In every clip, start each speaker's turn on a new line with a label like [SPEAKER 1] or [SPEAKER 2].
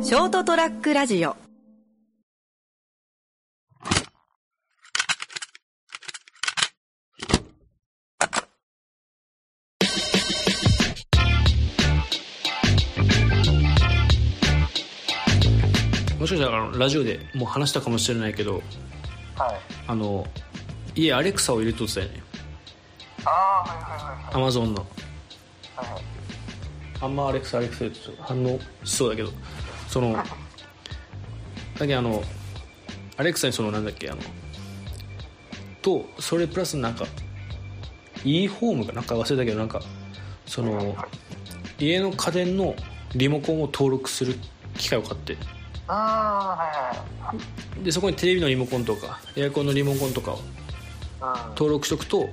[SPEAKER 1] ショートトラックラジオ
[SPEAKER 2] もしかしたらあのラジオでもう話したかもしれないけど
[SPEAKER 3] はい。
[SPEAKER 2] あの家アレクサを入れとったよね
[SPEAKER 3] ああー、はいはい
[SPEAKER 2] アマゾンの
[SPEAKER 3] はいはい。
[SPEAKER 2] あんまアレクサアレクサってちょっと反応しそうだけどそのだけどあのアレクサにそのなんだっけあのとそれプラスなんか e ホームかなんか忘れたけどなんかその家の家電のリモコンを登録する機械を買って
[SPEAKER 3] ああー、
[SPEAKER 2] でそこにテレビのリモコンとかエアコンのリモコンとかを
[SPEAKER 3] はいはい。うん。
[SPEAKER 2] 登録しとくと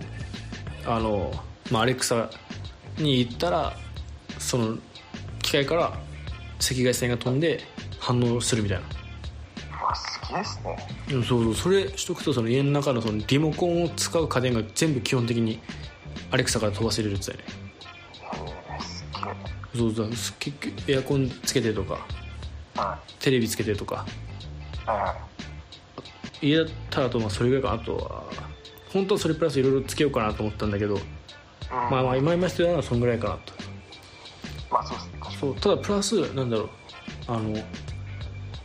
[SPEAKER 2] あの、まあ、アレクサに行ったらその機械から赤外線が飛んで反応するみたいな
[SPEAKER 3] うわ、すげえっすね。
[SPEAKER 2] うんそうそうそれしとくとその家の中のそのリモコンを使う家電が全部基本的にアレクサから飛ばせるやつだよね
[SPEAKER 3] へえ、すげえ。
[SPEAKER 2] そうそうす結局エアコンつけてとか
[SPEAKER 3] は
[SPEAKER 2] テレビつけてとか
[SPEAKER 3] い。はいはい。
[SPEAKER 2] 家だったらあとまあそれぐらいかあとは本当はそれプラスいろいろつけようかなと思ったんだけど
[SPEAKER 3] うん、
[SPEAKER 2] ま
[SPEAKER 3] ま
[SPEAKER 2] あ
[SPEAKER 3] あ、
[SPEAKER 2] まあ今今必要なのはそんぐらいかなと
[SPEAKER 3] そうっすね。確か
[SPEAKER 2] そうただプラスなんだろうあの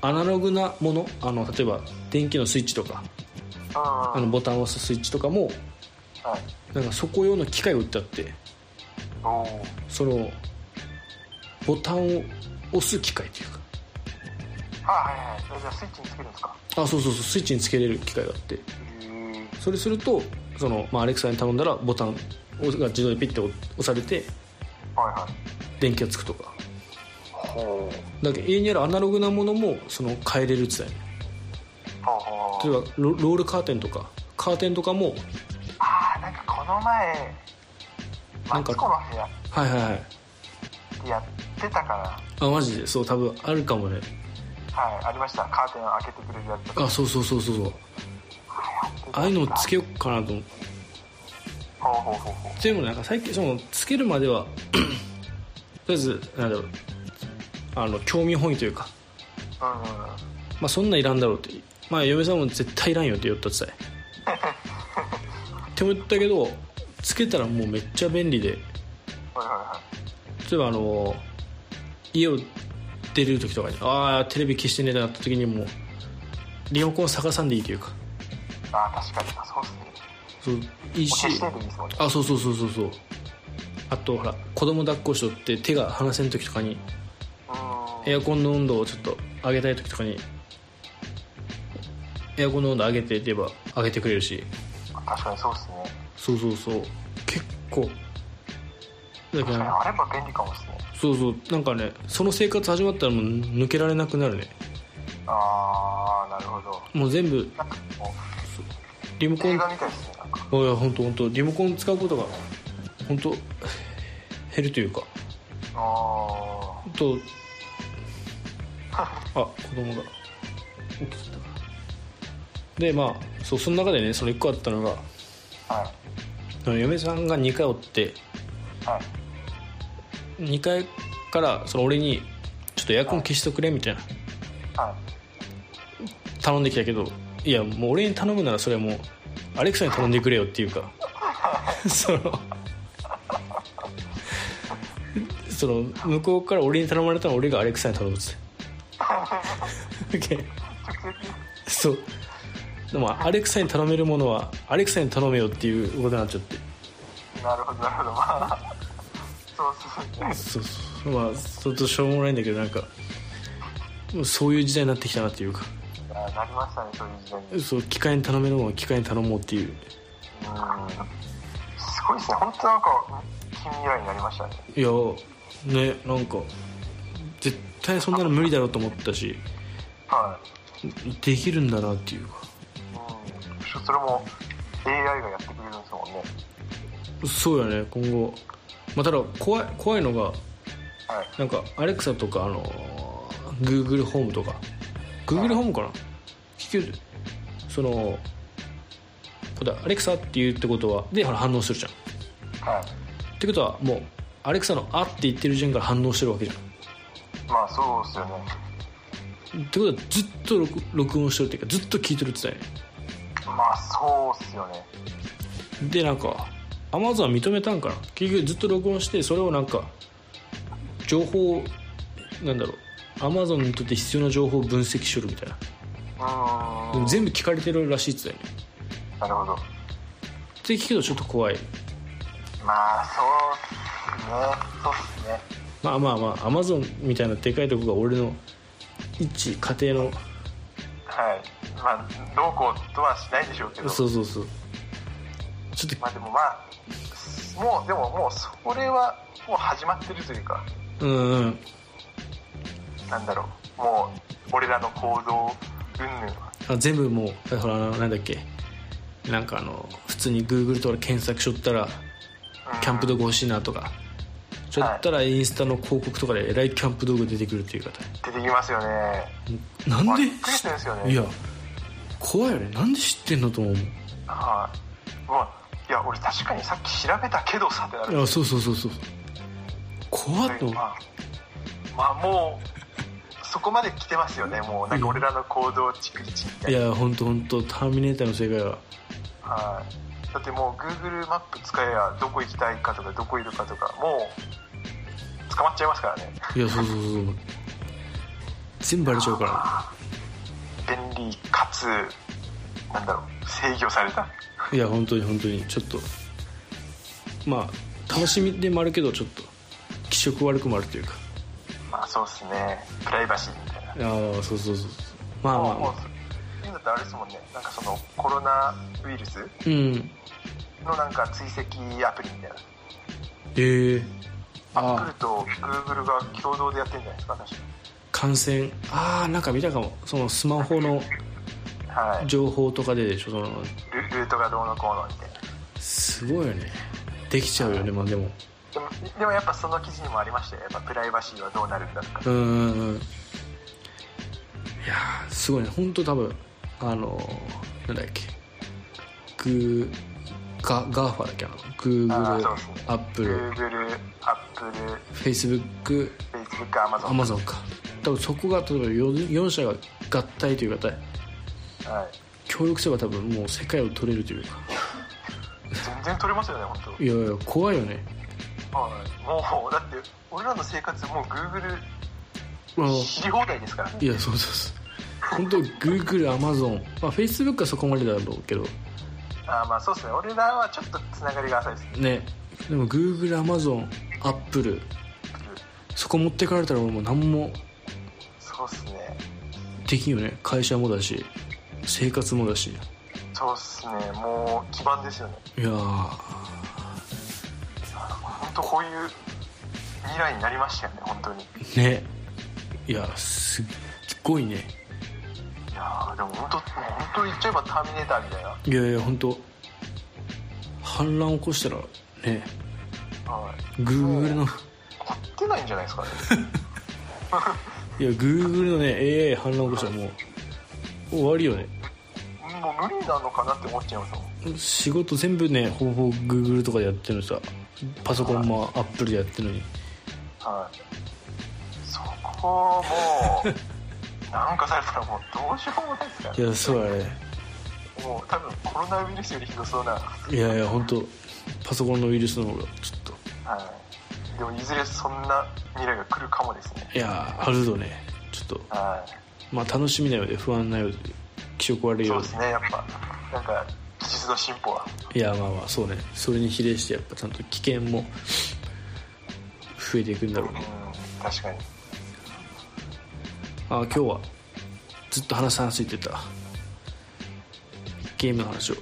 [SPEAKER 2] アナログなものあの例えば電気のスイッチとか
[SPEAKER 3] に
[SPEAKER 2] あ
[SPEAKER 3] うん。
[SPEAKER 2] のボタンを押すスイッチとかも
[SPEAKER 3] はい。
[SPEAKER 2] なんかそこ用の機械を売ってあって
[SPEAKER 3] おお。
[SPEAKER 2] そのボタンを押す機械というか
[SPEAKER 3] はいはいはい。えじゃあ、スイッチにつけるんですか
[SPEAKER 2] あそうそうそうスイッチにつけれる機械があって
[SPEAKER 3] へえ。
[SPEAKER 2] それするとその、まあ、アレクサに頼んだらボタンが自動でピッて押されて
[SPEAKER 3] はいはい。
[SPEAKER 2] 電気がつくとか
[SPEAKER 3] ほう。
[SPEAKER 2] だけど家にあるアナログなものもその変えれるって言ってたよね
[SPEAKER 3] ほうほ
[SPEAKER 2] 例え
[SPEAKER 3] う。
[SPEAKER 2] ばロロールカーテンとかカーテンとかも
[SPEAKER 3] ああ、なんかこの前、
[SPEAKER 2] な
[SPEAKER 3] マ
[SPEAKER 2] んか
[SPEAKER 3] ツコの部屋っ
[SPEAKER 2] はいはいはい
[SPEAKER 3] てやってたか
[SPEAKER 2] あマジでそう多分あるかもね
[SPEAKER 3] ら、はい、ありました。カーテンを開けてくれるやつとか。
[SPEAKER 2] あそうそうそうそうそうああいうのをつけようかなと思っ
[SPEAKER 3] ほうほうほうほう。
[SPEAKER 2] てでもなんか最近そのつけるまでは とりあえずなんだろうあの興味本位というか
[SPEAKER 3] うんうんうん。
[SPEAKER 2] まあそんなんいらんだろうってまあ嫁さんも絶対いらんよって言ったってたよって思ったけどつけたらもうめっちゃ便利で
[SPEAKER 3] はいは
[SPEAKER 2] 例えばあの家を出る時とかにああテレビ消してねえってなった時にもうリモコンを逆さんでいいというか
[SPEAKER 3] いはい。ああ、確かに。そうっすね。
[SPEAKER 2] そういい
[SPEAKER 3] お
[SPEAKER 2] し
[SPEAKER 3] 消し程度いいですもんね。
[SPEAKER 2] あそうそうそうそうそうあとほら子供抱っこしとって手が離せん時とかに
[SPEAKER 3] うん。
[SPEAKER 2] エアコンの温度をちょっと上げたい時とかにエアコンの温度上げていけば上げてくれるし
[SPEAKER 3] 確かにそうですね
[SPEAKER 2] そうそうそう結構だけど
[SPEAKER 3] 確かに
[SPEAKER 2] な
[SPEAKER 3] あれば便利かもですね
[SPEAKER 2] そうそうなんかねその生活始まったらもう抜けられなくなるね
[SPEAKER 3] ああなるほど
[SPEAKER 2] もう全部
[SPEAKER 3] なんかこ
[SPEAKER 2] リモ
[SPEAKER 3] う
[SPEAKER 2] コ
[SPEAKER 3] 映
[SPEAKER 2] ン
[SPEAKER 3] 画みたいですねなんか
[SPEAKER 2] いや本当本当リモコン使うことが本当減るというか
[SPEAKER 3] あ
[SPEAKER 2] あとあ子供が起きてたでまあそうその中でねその1個あったのが
[SPEAKER 3] あは
[SPEAKER 2] あの嫁さんが2回おって
[SPEAKER 3] いはい
[SPEAKER 2] 2階からその俺に「ちょっとエアコン消しとくれ」みたいな
[SPEAKER 3] はい
[SPEAKER 2] 頼んできたけどいやもう俺に頼むならそれはもうアレクサに頼んでくれよっていうか そのその向こうから俺に頼まれたら俺がアレクサに頼むっつって そうでもアレクサに頼めるものはアレクサに頼めよっていうことになっちゃって
[SPEAKER 3] なるほどなるほどまあそ
[SPEAKER 2] そう
[SPEAKER 3] うそうそう
[SPEAKER 2] そうまあそれとしょうもないんだけどなんかもうそういう時代になってきたなっていうか
[SPEAKER 3] いやなりましたねそういう時代にうん
[SPEAKER 2] そう機械に頼めるものは機械に頼もうっていう
[SPEAKER 3] すごいですね本当なんか近未来になりましたね
[SPEAKER 2] いやねなんか絶対そんなの無理だろうと思ったし
[SPEAKER 3] は
[SPEAKER 2] できるんだなっていうか
[SPEAKER 3] いうんそそれも AI がやってくれるんですもんね
[SPEAKER 2] そうやね今後、まあ、ただ怖い怖いのが
[SPEAKER 3] はい
[SPEAKER 2] なんかアレクサとかあの Google ホームとか Google ホームかな結局そのこうだアレクサって言うってことはでほら反応するじゃんっ
[SPEAKER 3] はい
[SPEAKER 2] てことはもうアレクサの「あ」って言ってる順から反応してるわけじゃん
[SPEAKER 3] まあそうですよね
[SPEAKER 2] ってことはずっと録録音してるっていうかずっと聞いてるって言ってたよ
[SPEAKER 3] まあそうっすよね
[SPEAKER 2] ねでなんかアマゾンは認めたんかな結局ずっと録音してそれをなんか情報なんだろうアマゾンにとって必要な情報を分析しろるみたいな
[SPEAKER 3] うー
[SPEAKER 2] で
[SPEAKER 3] ん
[SPEAKER 2] も全部聞かれてるらしいって言ってたよね
[SPEAKER 3] なるほど
[SPEAKER 2] って聞くとちょっと怖い
[SPEAKER 3] まあそうっすねそうっすね
[SPEAKER 2] まあまあまあアマゾンみたいなでかいとこが俺の一家庭の
[SPEAKER 3] はいまあどうこうとはしないでしょうけど
[SPEAKER 2] そうそうそうちょっ
[SPEAKER 3] まあでもまあもうでももうそれはもう始まってるというか
[SPEAKER 2] とうんうん
[SPEAKER 3] なんだろうもう俺らの行動云々は
[SPEAKER 2] あ全部もうほらあのなんだっけなんかあの普通に Google とかで検索しとったら
[SPEAKER 3] うん
[SPEAKER 2] キャンプ道具欲しいなとかそったらインスタの広告とかでえらいキャンプ道具出てくるっていう方
[SPEAKER 3] 出てきますよね
[SPEAKER 2] なんで
[SPEAKER 3] びっくりしてるんですよね
[SPEAKER 2] いや怖いよねなんで知ってんのと思う
[SPEAKER 3] はい、まあ、いや俺確かにさっき調べたけどさってなる
[SPEAKER 2] いやそうそうそうそう怖っと思う
[SPEAKER 3] まあ、まあもうそこまで来てますよねもうなんか俺らの行動逐一みた
[SPEAKER 2] い
[SPEAKER 3] いな
[SPEAKER 2] や本当本当ターミネーターの世界は
[SPEAKER 3] はいだってもう Google マップ使えばどこ行きたいかとかどこいるかとかもう捕まっちゃいますからね
[SPEAKER 2] いやそうそうそうそう全部バレちゃうか
[SPEAKER 3] 便利かつなんだろう制御された
[SPEAKER 2] らいや本当に本当にちょっとまあ楽しみでもあるけどちょっと気色悪くもあるというか
[SPEAKER 3] まあそうっすねプライバシーみたいな
[SPEAKER 2] ああそうそうそうそうまあま
[SPEAKER 3] も
[SPEAKER 2] あ
[SPEAKER 3] うもう
[SPEAKER 2] ま
[SPEAKER 3] 今だってあれですもんねなんかそのコロナウイルス
[SPEAKER 2] あうん
[SPEAKER 3] のなんか追跡アプリみたいな
[SPEAKER 2] ええ
[SPEAKER 3] アップ
[SPEAKER 2] あ
[SPEAKER 3] ル
[SPEAKER 2] あ
[SPEAKER 3] と Google が共同でやってるんじゃないですか確
[SPEAKER 2] 感染ああなんか見たかもそのスマホの
[SPEAKER 3] かはい
[SPEAKER 2] 情報とかででしょその
[SPEAKER 3] ルルートがどうのこうのみたいな
[SPEAKER 2] すごいよねできちゃうよねまあでも
[SPEAKER 3] でもでもやっぱその記事にもありましたよやっぱプライバシーはどうなるんだとか
[SPEAKER 2] うんうんうんいやーすごいね本当多分あのーなんだっけグーガガーファだっけなグー
[SPEAKER 3] あ
[SPEAKER 2] グル
[SPEAKER 3] ーそうですね
[SPEAKER 2] アップル
[SPEAKER 3] Google アップル
[SPEAKER 2] フェイスブック
[SPEAKER 3] Facebook Amazon
[SPEAKER 2] アマゾンか多分そこが例えば 4, 4社が合体というか
[SPEAKER 3] はい、
[SPEAKER 2] 協力すれば多分もう世界を取れるというか
[SPEAKER 3] 全然取れますよね本当
[SPEAKER 2] いやいや怖いよね
[SPEAKER 3] はい、もうだって俺らの生活もう Google
[SPEAKER 2] あの
[SPEAKER 3] 知り放題ですからね
[SPEAKER 2] いやそうそうそう本当 Google アマゾンまあ Facebook はそこまでだろうけど
[SPEAKER 3] あーまあそうですね俺らはちょっとつながりが浅いですね
[SPEAKER 2] ねでも Google アマゾンアップルそこ持ってかれたら俺もう何も
[SPEAKER 3] そうですね
[SPEAKER 2] できんよね会社もだし生活もだし
[SPEAKER 3] そうですねもう基盤ですよね
[SPEAKER 2] いやー
[SPEAKER 3] 本当こういう未来になりましたよね本当にい
[SPEAKER 2] ねいやすっごいね
[SPEAKER 3] やーでも本当もう本当言っちゃえばターミネーターみたいな、
[SPEAKER 2] いやいや本当反乱起こしたらね
[SPEAKER 3] はい、
[SPEAKER 2] Google の
[SPEAKER 3] 買ってないんじゃないですかね
[SPEAKER 2] いや Google のね AI 反乱起こしたらもう終わりよね
[SPEAKER 3] もう無理なのかなって思っちゃいますもん
[SPEAKER 2] 仕事全部ねほぼ Google とかでやってるのにさパソコンも Apple でやってるのに
[SPEAKER 3] はいそこもうなんかされたらもうどうしようもないですから
[SPEAKER 2] いやそうやね
[SPEAKER 3] もう多分コロナウイルスよりひどそうな、はい
[SPEAKER 2] やいや本当パソコンのウイルスの方がちょっと
[SPEAKER 3] い、でもいずれそんな未来が来るかもですね
[SPEAKER 2] いやーあるぞねちょっと
[SPEAKER 3] はい
[SPEAKER 2] まあ楽しみなようで不安なようで気色悪い
[SPEAKER 3] そ
[SPEAKER 2] よ
[SPEAKER 3] う
[SPEAKER 2] う
[SPEAKER 3] ですねやっぱなんか技術の進歩は
[SPEAKER 2] でいやまあまあそうねそれに比例してやっぱちゃんと危険も増えていくんだろう
[SPEAKER 3] うん
[SPEAKER 2] ね
[SPEAKER 3] 確かに
[SPEAKER 2] あー今日はずっと話話ついてたゲームの 話を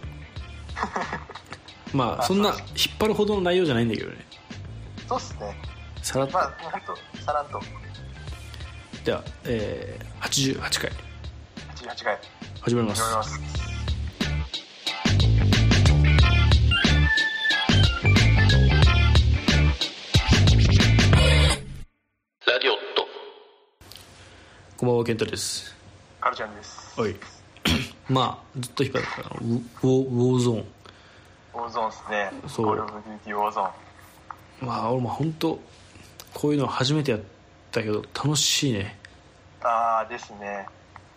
[SPEAKER 2] まあそんな引っ張るほどの内容じゃないんだけどね
[SPEAKER 3] そうっすね
[SPEAKER 2] さらっと
[SPEAKER 3] まあ本当さらっと
[SPEAKER 2] では、えー、88回
[SPEAKER 3] 88回
[SPEAKER 2] 始まります
[SPEAKER 3] 始まります
[SPEAKER 1] ラディオット
[SPEAKER 2] こんばんは健太です
[SPEAKER 3] カルちゃんです
[SPEAKER 2] はい まあずっと引っ張ってたあのウォウォーゾー
[SPEAKER 3] オーゾーンっすね
[SPEAKER 2] そう
[SPEAKER 3] ゴルフデューティーオーゾーン
[SPEAKER 2] ンまあ俺も本当こういうの初めてやったけど楽しいね
[SPEAKER 3] ああですね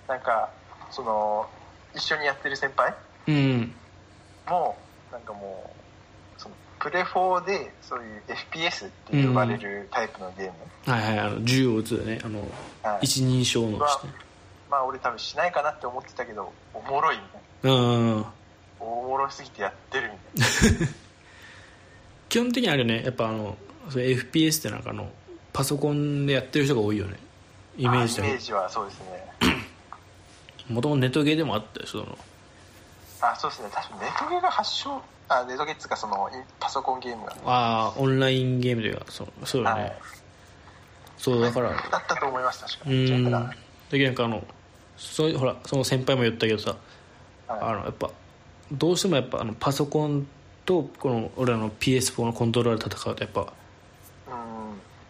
[SPEAKER 3] なんかその一緒にやってる先輩
[SPEAKER 2] うん
[SPEAKER 3] もなんかもうそのプレ4でそういう FPS って呼ばれるタイプのゲーム、
[SPEAKER 2] はいはいあの銃を撃つよねあの
[SPEAKER 3] はい
[SPEAKER 2] 一人称のして
[SPEAKER 3] まあ俺多分しないかなって思ってたけどおもろいみたい
[SPEAKER 2] うん
[SPEAKER 3] なおもろすぎてやってるみたい
[SPEAKER 2] 基本的にあるよねやっぱあのそれ FPS ってなんかあのパソコンでやってる人が多いよねイメ
[SPEAKER 3] な
[SPEAKER 2] ージ
[SPEAKER 3] あ
[SPEAKER 2] だ
[SPEAKER 3] イメー
[SPEAKER 2] け
[SPEAKER 3] ジはそうですね
[SPEAKER 2] もともとネットゲーでもあったよその
[SPEAKER 3] あそうですね確かネトゲが発祥あネトゲっつうかそのいパソコンゲームが
[SPEAKER 2] ああオンラインゲームというかそうそうだね、
[SPEAKER 3] はい
[SPEAKER 2] そうだから
[SPEAKER 3] だったと思います確か
[SPEAKER 2] う
[SPEAKER 3] に
[SPEAKER 2] ん
[SPEAKER 3] 違ったか
[SPEAKER 2] だけどなんかあのそうほらその先輩も言ったけどさ
[SPEAKER 3] なはい
[SPEAKER 2] あのやっぱどうしてもやっぱあのパソコンとこの俺らの PS4 のコントローラーで戦うとやっぱ
[SPEAKER 3] うん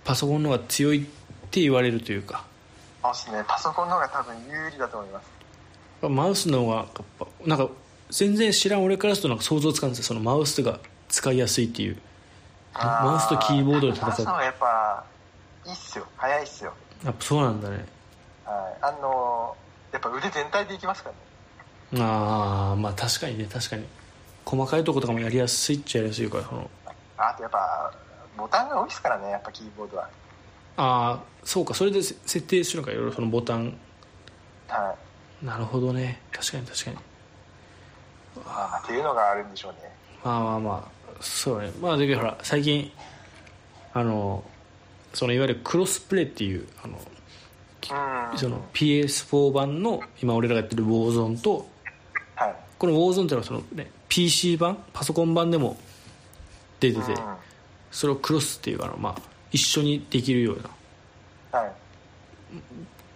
[SPEAKER 2] パソコンの方が強いって言われるというか
[SPEAKER 3] そうですねパソコンの方が多分有利だと思います
[SPEAKER 2] マウスの方がやっぱなんか全然知らん俺からするとなんか想像つかんですよそのマウスが使いやすいっていう
[SPEAKER 3] あ
[SPEAKER 2] マウスとキーボードで戦う
[SPEAKER 3] マウスの方がやっぱいいっすよ早いっすよ
[SPEAKER 2] やっぱそうなんだね
[SPEAKER 3] はいあのやっぱ腕全体でいきますからね
[SPEAKER 2] ああまあ確かにね確かに細かいとことかもやりやすいっちゃやりやすいからその
[SPEAKER 3] あとやっぱボタンが多いですからねやっぱキーボードは
[SPEAKER 2] ああそうかそれでせ設定するのかいろいろそのボタン
[SPEAKER 3] はい
[SPEAKER 2] なるほどね確かに確かに
[SPEAKER 3] っていうのがあるんでしょうね
[SPEAKER 2] まあまあまあそうねまあだけどほら最近あのそのいわゆるクロスプレイっていうあの
[SPEAKER 3] うん
[SPEAKER 2] その PS4 版の今俺らがやってる「ウォーゾンと
[SPEAKER 3] はい
[SPEAKER 2] この「ウォーゾンっていうのはその、ね、PC 版パソコン版でも出て
[SPEAKER 3] うん
[SPEAKER 2] てそれをクロスっていうあの、まあ、一緒にできるような
[SPEAKER 3] はい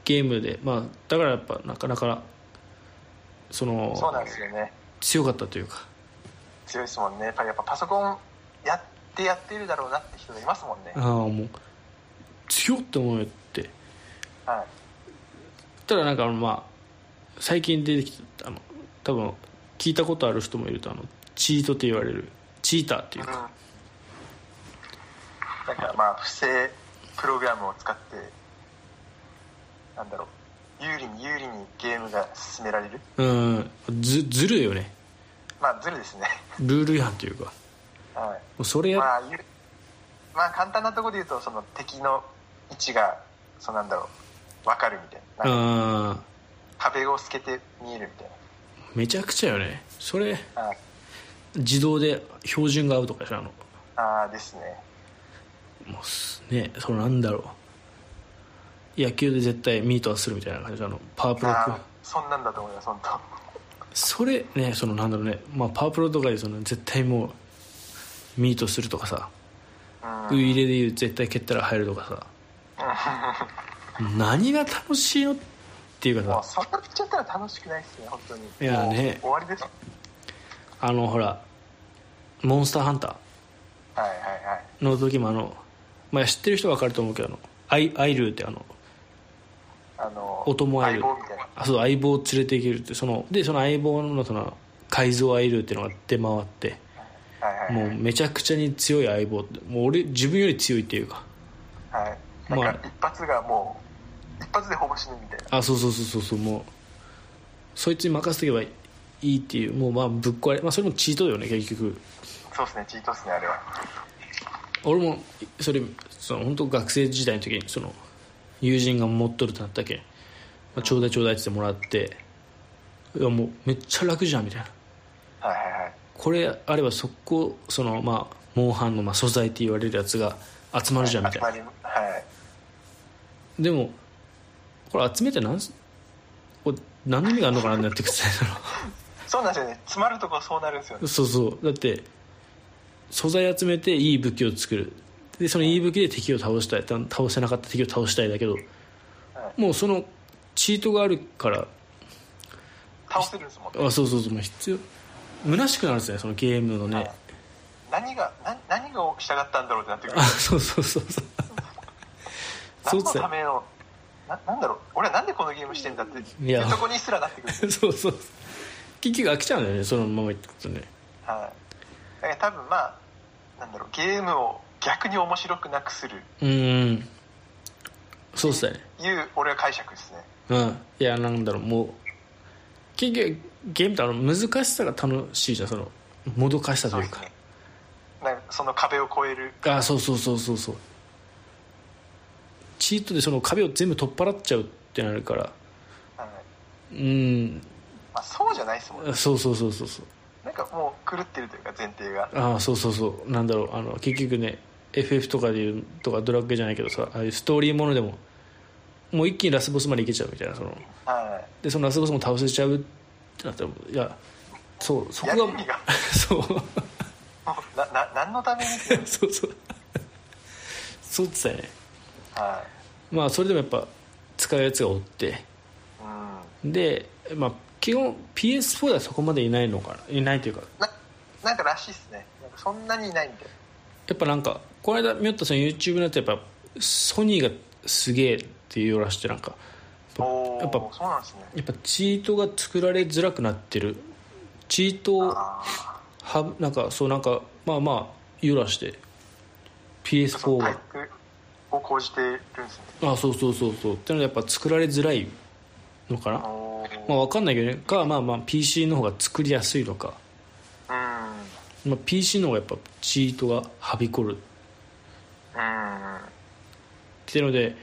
[SPEAKER 2] ゲームで、まあ、だからやっぱなかなかその
[SPEAKER 3] そうなんですよね
[SPEAKER 2] 強かったというか
[SPEAKER 3] 強いですもんねやっぱりやっぱパソコンやってやってるだろうなって人がいますもんね
[SPEAKER 2] ああもう強って思うよって
[SPEAKER 3] はい
[SPEAKER 2] ただなんかあのまあ最近出てきたあの多分聞いたことある人もいるとあのチートって言われるチーターっていう
[SPEAKER 3] うん
[SPEAKER 2] か
[SPEAKER 3] なんかまあ不正プログラムを使ってなんだろう有利に有利にゲームが進められる
[SPEAKER 2] うんずずるいよね
[SPEAKER 3] まあずるですね
[SPEAKER 2] ルール違反というかも
[SPEAKER 3] は
[SPEAKER 2] うそれ
[SPEAKER 3] い
[SPEAKER 2] や、
[SPEAKER 3] まあゆまあ簡単なところで言うとその敵の位置がそうなんだろう分かるみたいななんか
[SPEAKER 2] あ
[SPEAKER 3] 壁を透けて見えるみたい
[SPEAKER 2] ーめちゃくちゃよねそれ
[SPEAKER 3] なはい
[SPEAKER 2] 自動で標準が合うとかさあの
[SPEAKER 3] ああですね
[SPEAKER 2] もうすねそのなんだろう野球で絶対ミートはするみたいな感じであのパワープロ
[SPEAKER 3] あーそんなんだと思います本当
[SPEAKER 2] それねそのなんだろうね、まあ、パワープロとかでその絶対もうミートするとかさ
[SPEAKER 3] うん
[SPEAKER 2] ウイレでいう絶対蹴ったら入ると かさ何が楽しいのっていう
[SPEAKER 3] も
[SPEAKER 2] か
[SPEAKER 3] う
[SPEAKER 2] さ
[SPEAKER 3] そんなピっちゃったら楽しくないですね本当に
[SPEAKER 2] いやね
[SPEAKER 3] もう終わりです
[SPEAKER 2] あのほらモンスターハンタ
[SPEAKER 3] はいはいはい
[SPEAKER 2] ーの時もあの、まあ、知ってる人は分かると思うけどあのアイアイルーってあの
[SPEAKER 3] あの
[SPEAKER 2] お供アイ
[SPEAKER 3] 相
[SPEAKER 2] ル
[SPEAKER 3] 棒みたいな
[SPEAKER 2] あそう相棒を連れていけるってそのでその相棒のその改造アイルーっていうのが出回って
[SPEAKER 3] はいはい
[SPEAKER 2] もうめちゃくちゃに強い相棒ってもう俺自分より強いっていうか
[SPEAKER 3] はい
[SPEAKER 2] まあ
[SPEAKER 3] なんか一発がもう一発でほぼ死ぬみたいな
[SPEAKER 2] あそうそうそうそうそうもうそいつに任せとけばいいっていうもうまあぶっ壊れ、まあ、それもチートだよね結局
[SPEAKER 3] そうですねチートっすねあれは
[SPEAKER 2] 俺もそれその本当学生時代の時にその友人が持っとるってなったけん、まあ、ちょうだいちょうだいって言ってもらっていやもうめっちゃ楽じゃんみたいな
[SPEAKER 3] はいはいはい
[SPEAKER 2] これあれば速攻そのまあモンハンのまあ素材って言われるやつが集まるじゃんみたいな
[SPEAKER 3] 集まりはい
[SPEAKER 2] でもこれ集めて何すこれ何の意味があるのかなってなってくる
[SPEAKER 3] そうなんですよね詰まるとこそうなるんですよね
[SPEAKER 2] そう そうだって素材集めていい武器を作るでそのいい武器で敵を倒したいた倒せなかった敵を倒したいだけどもうそのチートがあるから
[SPEAKER 3] 倒せるんですもんね
[SPEAKER 2] あそうそうそうもう必要虚しくなるんですねそのゲームのね
[SPEAKER 3] 何が何何がしたかったんだろうってなってくる
[SPEAKER 2] あそうそうそうそうそう
[SPEAKER 3] 何の
[SPEAKER 2] っす
[SPEAKER 3] た
[SPEAKER 2] ね
[SPEAKER 3] めのななんだろう俺はなんでこのゲームしてんだって
[SPEAKER 2] いや
[SPEAKER 3] いうとこにすらなってくる
[SPEAKER 2] そうそうそう結局飽きちゃうんだよねそのままいってくとね
[SPEAKER 3] はいだから多分まあなんだろうゲームを逆に面白くなくする
[SPEAKER 2] うんそうっすね
[SPEAKER 3] いいう俺は解釈ですね
[SPEAKER 2] うんいやなんだろうもう結局ゲームってあの難しさが楽しいじゃんそのもどかしさというか
[SPEAKER 3] なんかその壁を越える
[SPEAKER 2] あそうそうそうそうそうチートでその壁を全部取っ払っちゃうってなるから
[SPEAKER 3] あの
[SPEAKER 2] うん
[SPEAKER 3] まあ、そうじゃないですもんね
[SPEAKER 2] あそうそうそうそうそう
[SPEAKER 3] なんかもう狂ってるというか前提が
[SPEAKER 2] ああそうそうそうなんだろうあの結局ね FF とかでいうとかドラッグじゃないけどさああいうストーリーものでももう一気にラスボスまでいけちゃうみたいなその
[SPEAKER 3] は
[SPEAKER 2] でそのラスボスも倒せちゃうってなったらいやそうそ
[SPEAKER 3] い
[SPEAKER 2] こ
[SPEAKER 3] や
[SPEAKER 2] が
[SPEAKER 3] る意味が
[SPEAKER 2] そう
[SPEAKER 3] もうな な何のためにっていう
[SPEAKER 2] そうそう そうってたよね
[SPEAKER 3] は
[SPEAKER 2] まあそれでもやっぱ使うやつがおって
[SPEAKER 3] いうん
[SPEAKER 2] で、まあ、基本 PS4 ではそこまでいないのかないないというか
[SPEAKER 3] ななんからしいっすねなんかそんなにいないんで
[SPEAKER 2] やっぱなんかこの間見よったその YouTube のやつやっぱソニーがすげえっていうらしてなんか
[SPEAKER 3] おお
[SPEAKER 2] やっぱ
[SPEAKER 3] ーそうなんですね
[SPEAKER 2] やっぱチートが作られづらくなってるチートを
[SPEAKER 3] あー
[SPEAKER 2] はなんかそうなんかまあまあ揺らして PS4
[SPEAKER 3] そのタイ
[SPEAKER 2] が
[SPEAKER 3] プを講じてるんですね
[SPEAKER 2] あそうそうそうそうってのはやっぱ作られづらいのかな
[SPEAKER 3] おおー
[SPEAKER 2] まあ分かんないけどねかまあまあ PC の方が作りやすいのか、
[SPEAKER 3] うん
[SPEAKER 2] まあ、PC の方がやっぱチートがはびこる
[SPEAKER 3] うん
[SPEAKER 2] っていうので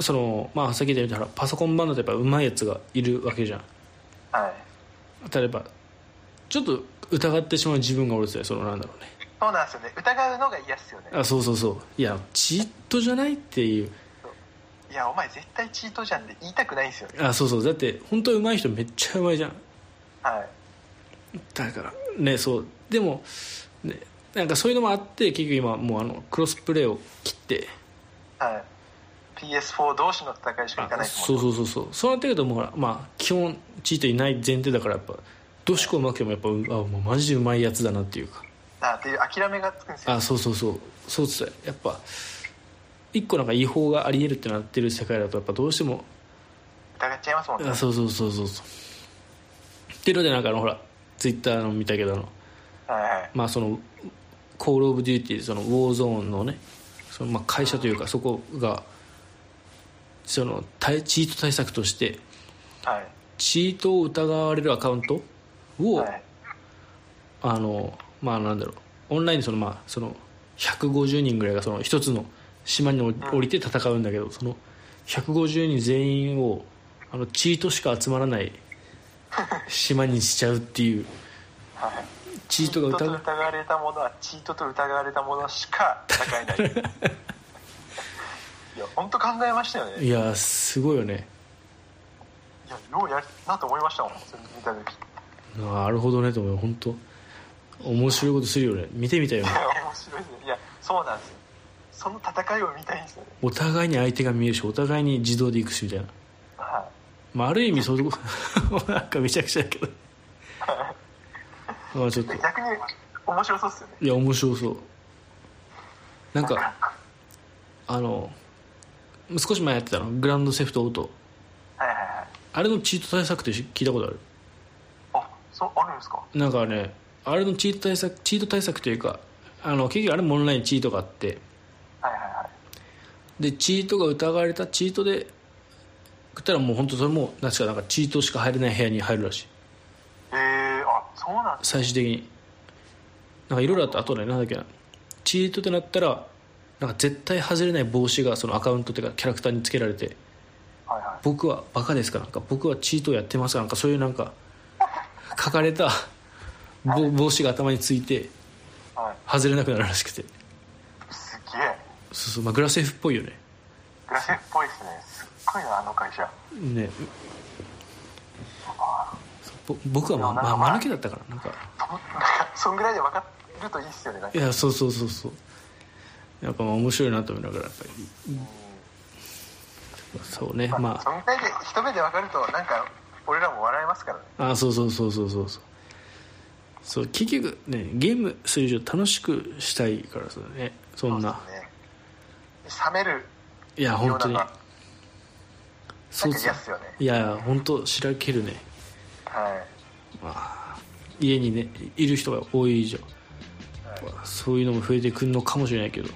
[SPEAKER 2] そのまあさっきで言ったらパソコン版だとやっぱうまいやつがいるわけじゃん
[SPEAKER 3] はい
[SPEAKER 2] 例えばちょっと疑ってしまう自分がおるんですよそのなんだろうね
[SPEAKER 3] そうなんですよね疑うのが嫌っすよね
[SPEAKER 2] あそうそうそういやチートじゃないっていう
[SPEAKER 3] いやお前絶対チートじゃんって言いたくないんですよね
[SPEAKER 2] あそうそうだって本当にうまい人めっちゃうまいじゃん
[SPEAKER 3] はい
[SPEAKER 2] だからねそうでもねなんかそういうのもあって結局今もうあのクロスプレーを切って
[SPEAKER 3] はい PS4 同士の戦いしかいか
[SPEAKER 2] あ
[SPEAKER 3] ないです
[SPEAKER 2] そ
[SPEAKER 3] も
[SPEAKER 2] うんそうそうそうそうなってくるともうほらまあ基本チートいない前提だからやっぱどしこうまくてもやっぱうあもうマジでうまいやつだなっていうか
[SPEAKER 3] あっていう諦めがつくんですよ
[SPEAKER 2] あそうそうそうそうっすねやっぱ一個なんか違法がありえるってなってる世界だとやっぱどうしても
[SPEAKER 3] 疑っちゃいますもんね
[SPEAKER 2] あそうそうそうそうそうっていうのでなんかあのほらツイッターの見たけどあの
[SPEAKER 3] はいはい
[SPEAKER 2] まあそのコール・オブ・デューティーそのウォーゾーンのねそのまあ会社というかそこがその対チート対策として
[SPEAKER 3] はい
[SPEAKER 2] チートを疑われるアカウントを、
[SPEAKER 3] はい
[SPEAKER 2] あのまあなんだろうオンラインでそのまあその150人ぐらいがその一つの島に降りて戦うんだけどその150人全員をあのチートしか集まらない島にしちゃうっていう
[SPEAKER 3] はい
[SPEAKER 2] チー
[SPEAKER 3] チ
[SPEAKER 2] ト
[SPEAKER 3] ー
[SPEAKER 2] が
[SPEAKER 3] トと
[SPEAKER 2] 疑う
[SPEAKER 3] 疑われたものはチートと疑われたものしか戦えないいや本当考えましたよね
[SPEAKER 2] いやーすごいよね
[SPEAKER 3] いやようやるなと思いましたもんそれ見た時
[SPEAKER 2] なるほどねと思う本当面白いことするよね見てみたいよね
[SPEAKER 3] 面白いですねいやそうなんですよその戦いを見たいんですよね
[SPEAKER 2] お互いに相手が見えるしお互いに自動で行くしみたいな、
[SPEAKER 3] は
[SPEAKER 2] まあ、ある意味そういうとこ なんかめちゃくちゃだけどまあちょっと
[SPEAKER 3] い逆に面白そうっすよね
[SPEAKER 2] いや面白そうなんかあの少し前やってたのグランドセフトオート
[SPEAKER 3] はいはいはい
[SPEAKER 2] あれのチート対策って聞いたことある
[SPEAKER 3] あそうあるんですか
[SPEAKER 2] なんかねあれのチート対策チート対策というかあの結局あれもオンラインチートがあって
[SPEAKER 3] はいはいはい
[SPEAKER 2] でチートが疑われたチートで食ったらもう本当それも確かなんかチートしか入れない部屋に入るらしい
[SPEAKER 3] えー、あそうなんです
[SPEAKER 2] 最終的になんかいろいろあったあとねなんだっけなチートってなったらなんか絶対外れない帽子がそのアカウントっていうかキャラクターにつけられて
[SPEAKER 3] はいはい
[SPEAKER 2] 僕はバカですかなんか僕はチートをやってますかなんかそういうなんか書かれた帽帽子が頭について
[SPEAKER 3] はい
[SPEAKER 2] 外れなくなるらしくて
[SPEAKER 3] すげえ
[SPEAKER 2] そうそう、まあ、グラセフっぽいよね
[SPEAKER 3] グラセっぽいですねすっごいなあの会社
[SPEAKER 2] ねぼ僕はまあ、まあ、間抜けだったからなんか
[SPEAKER 3] そなんか そんぐらいで分かるといいっすよねなん
[SPEAKER 2] い
[SPEAKER 3] か
[SPEAKER 2] やそうそうそうそうやっぱまあ面白いなと思いながらやっぱりそうねま
[SPEAKER 3] そんぐらいで一目で分かるとなんか俺らも笑えますからね
[SPEAKER 2] ああそうそうそうそうそうそうそう結局ねゲームする以上楽しくしたいからそうだねそんな
[SPEAKER 3] そうですね冷める
[SPEAKER 2] いや
[SPEAKER 3] 世の
[SPEAKER 2] 本当
[SPEAKER 3] 中
[SPEAKER 2] に
[SPEAKER 3] なんか
[SPEAKER 2] そうそ
[SPEAKER 3] 嫌
[SPEAKER 2] う
[SPEAKER 3] っすよね
[SPEAKER 2] いや本当しらけるね
[SPEAKER 3] はい
[SPEAKER 2] 家にねいる人が多い以上、そういうのも増えてくるのかもしれないけど、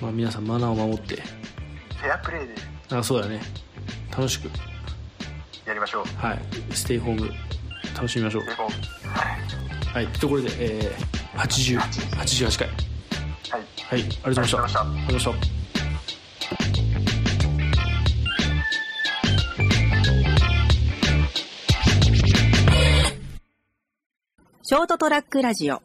[SPEAKER 2] まあ、皆さんマナーを守って
[SPEAKER 3] フェアプレイで
[SPEAKER 2] あそうだね楽しく
[SPEAKER 3] やりましょう
[SPEAKER 2] はいステイホーム楽しみましょう
[SPEAKER 3] 英語はい
[SPEAKER 2] はいということで、えー、80 88回
[SPEAKER 3] はい
[SPEAKER 2] はいありがとうございました
[SPEAKER 3] ありがとうご
[SPEAKER 2] ありがとうござい
[SPEAKER 3] ざいました
[SPEAKER 2] ました
[SPEAKER 4] ショートトラックラジオ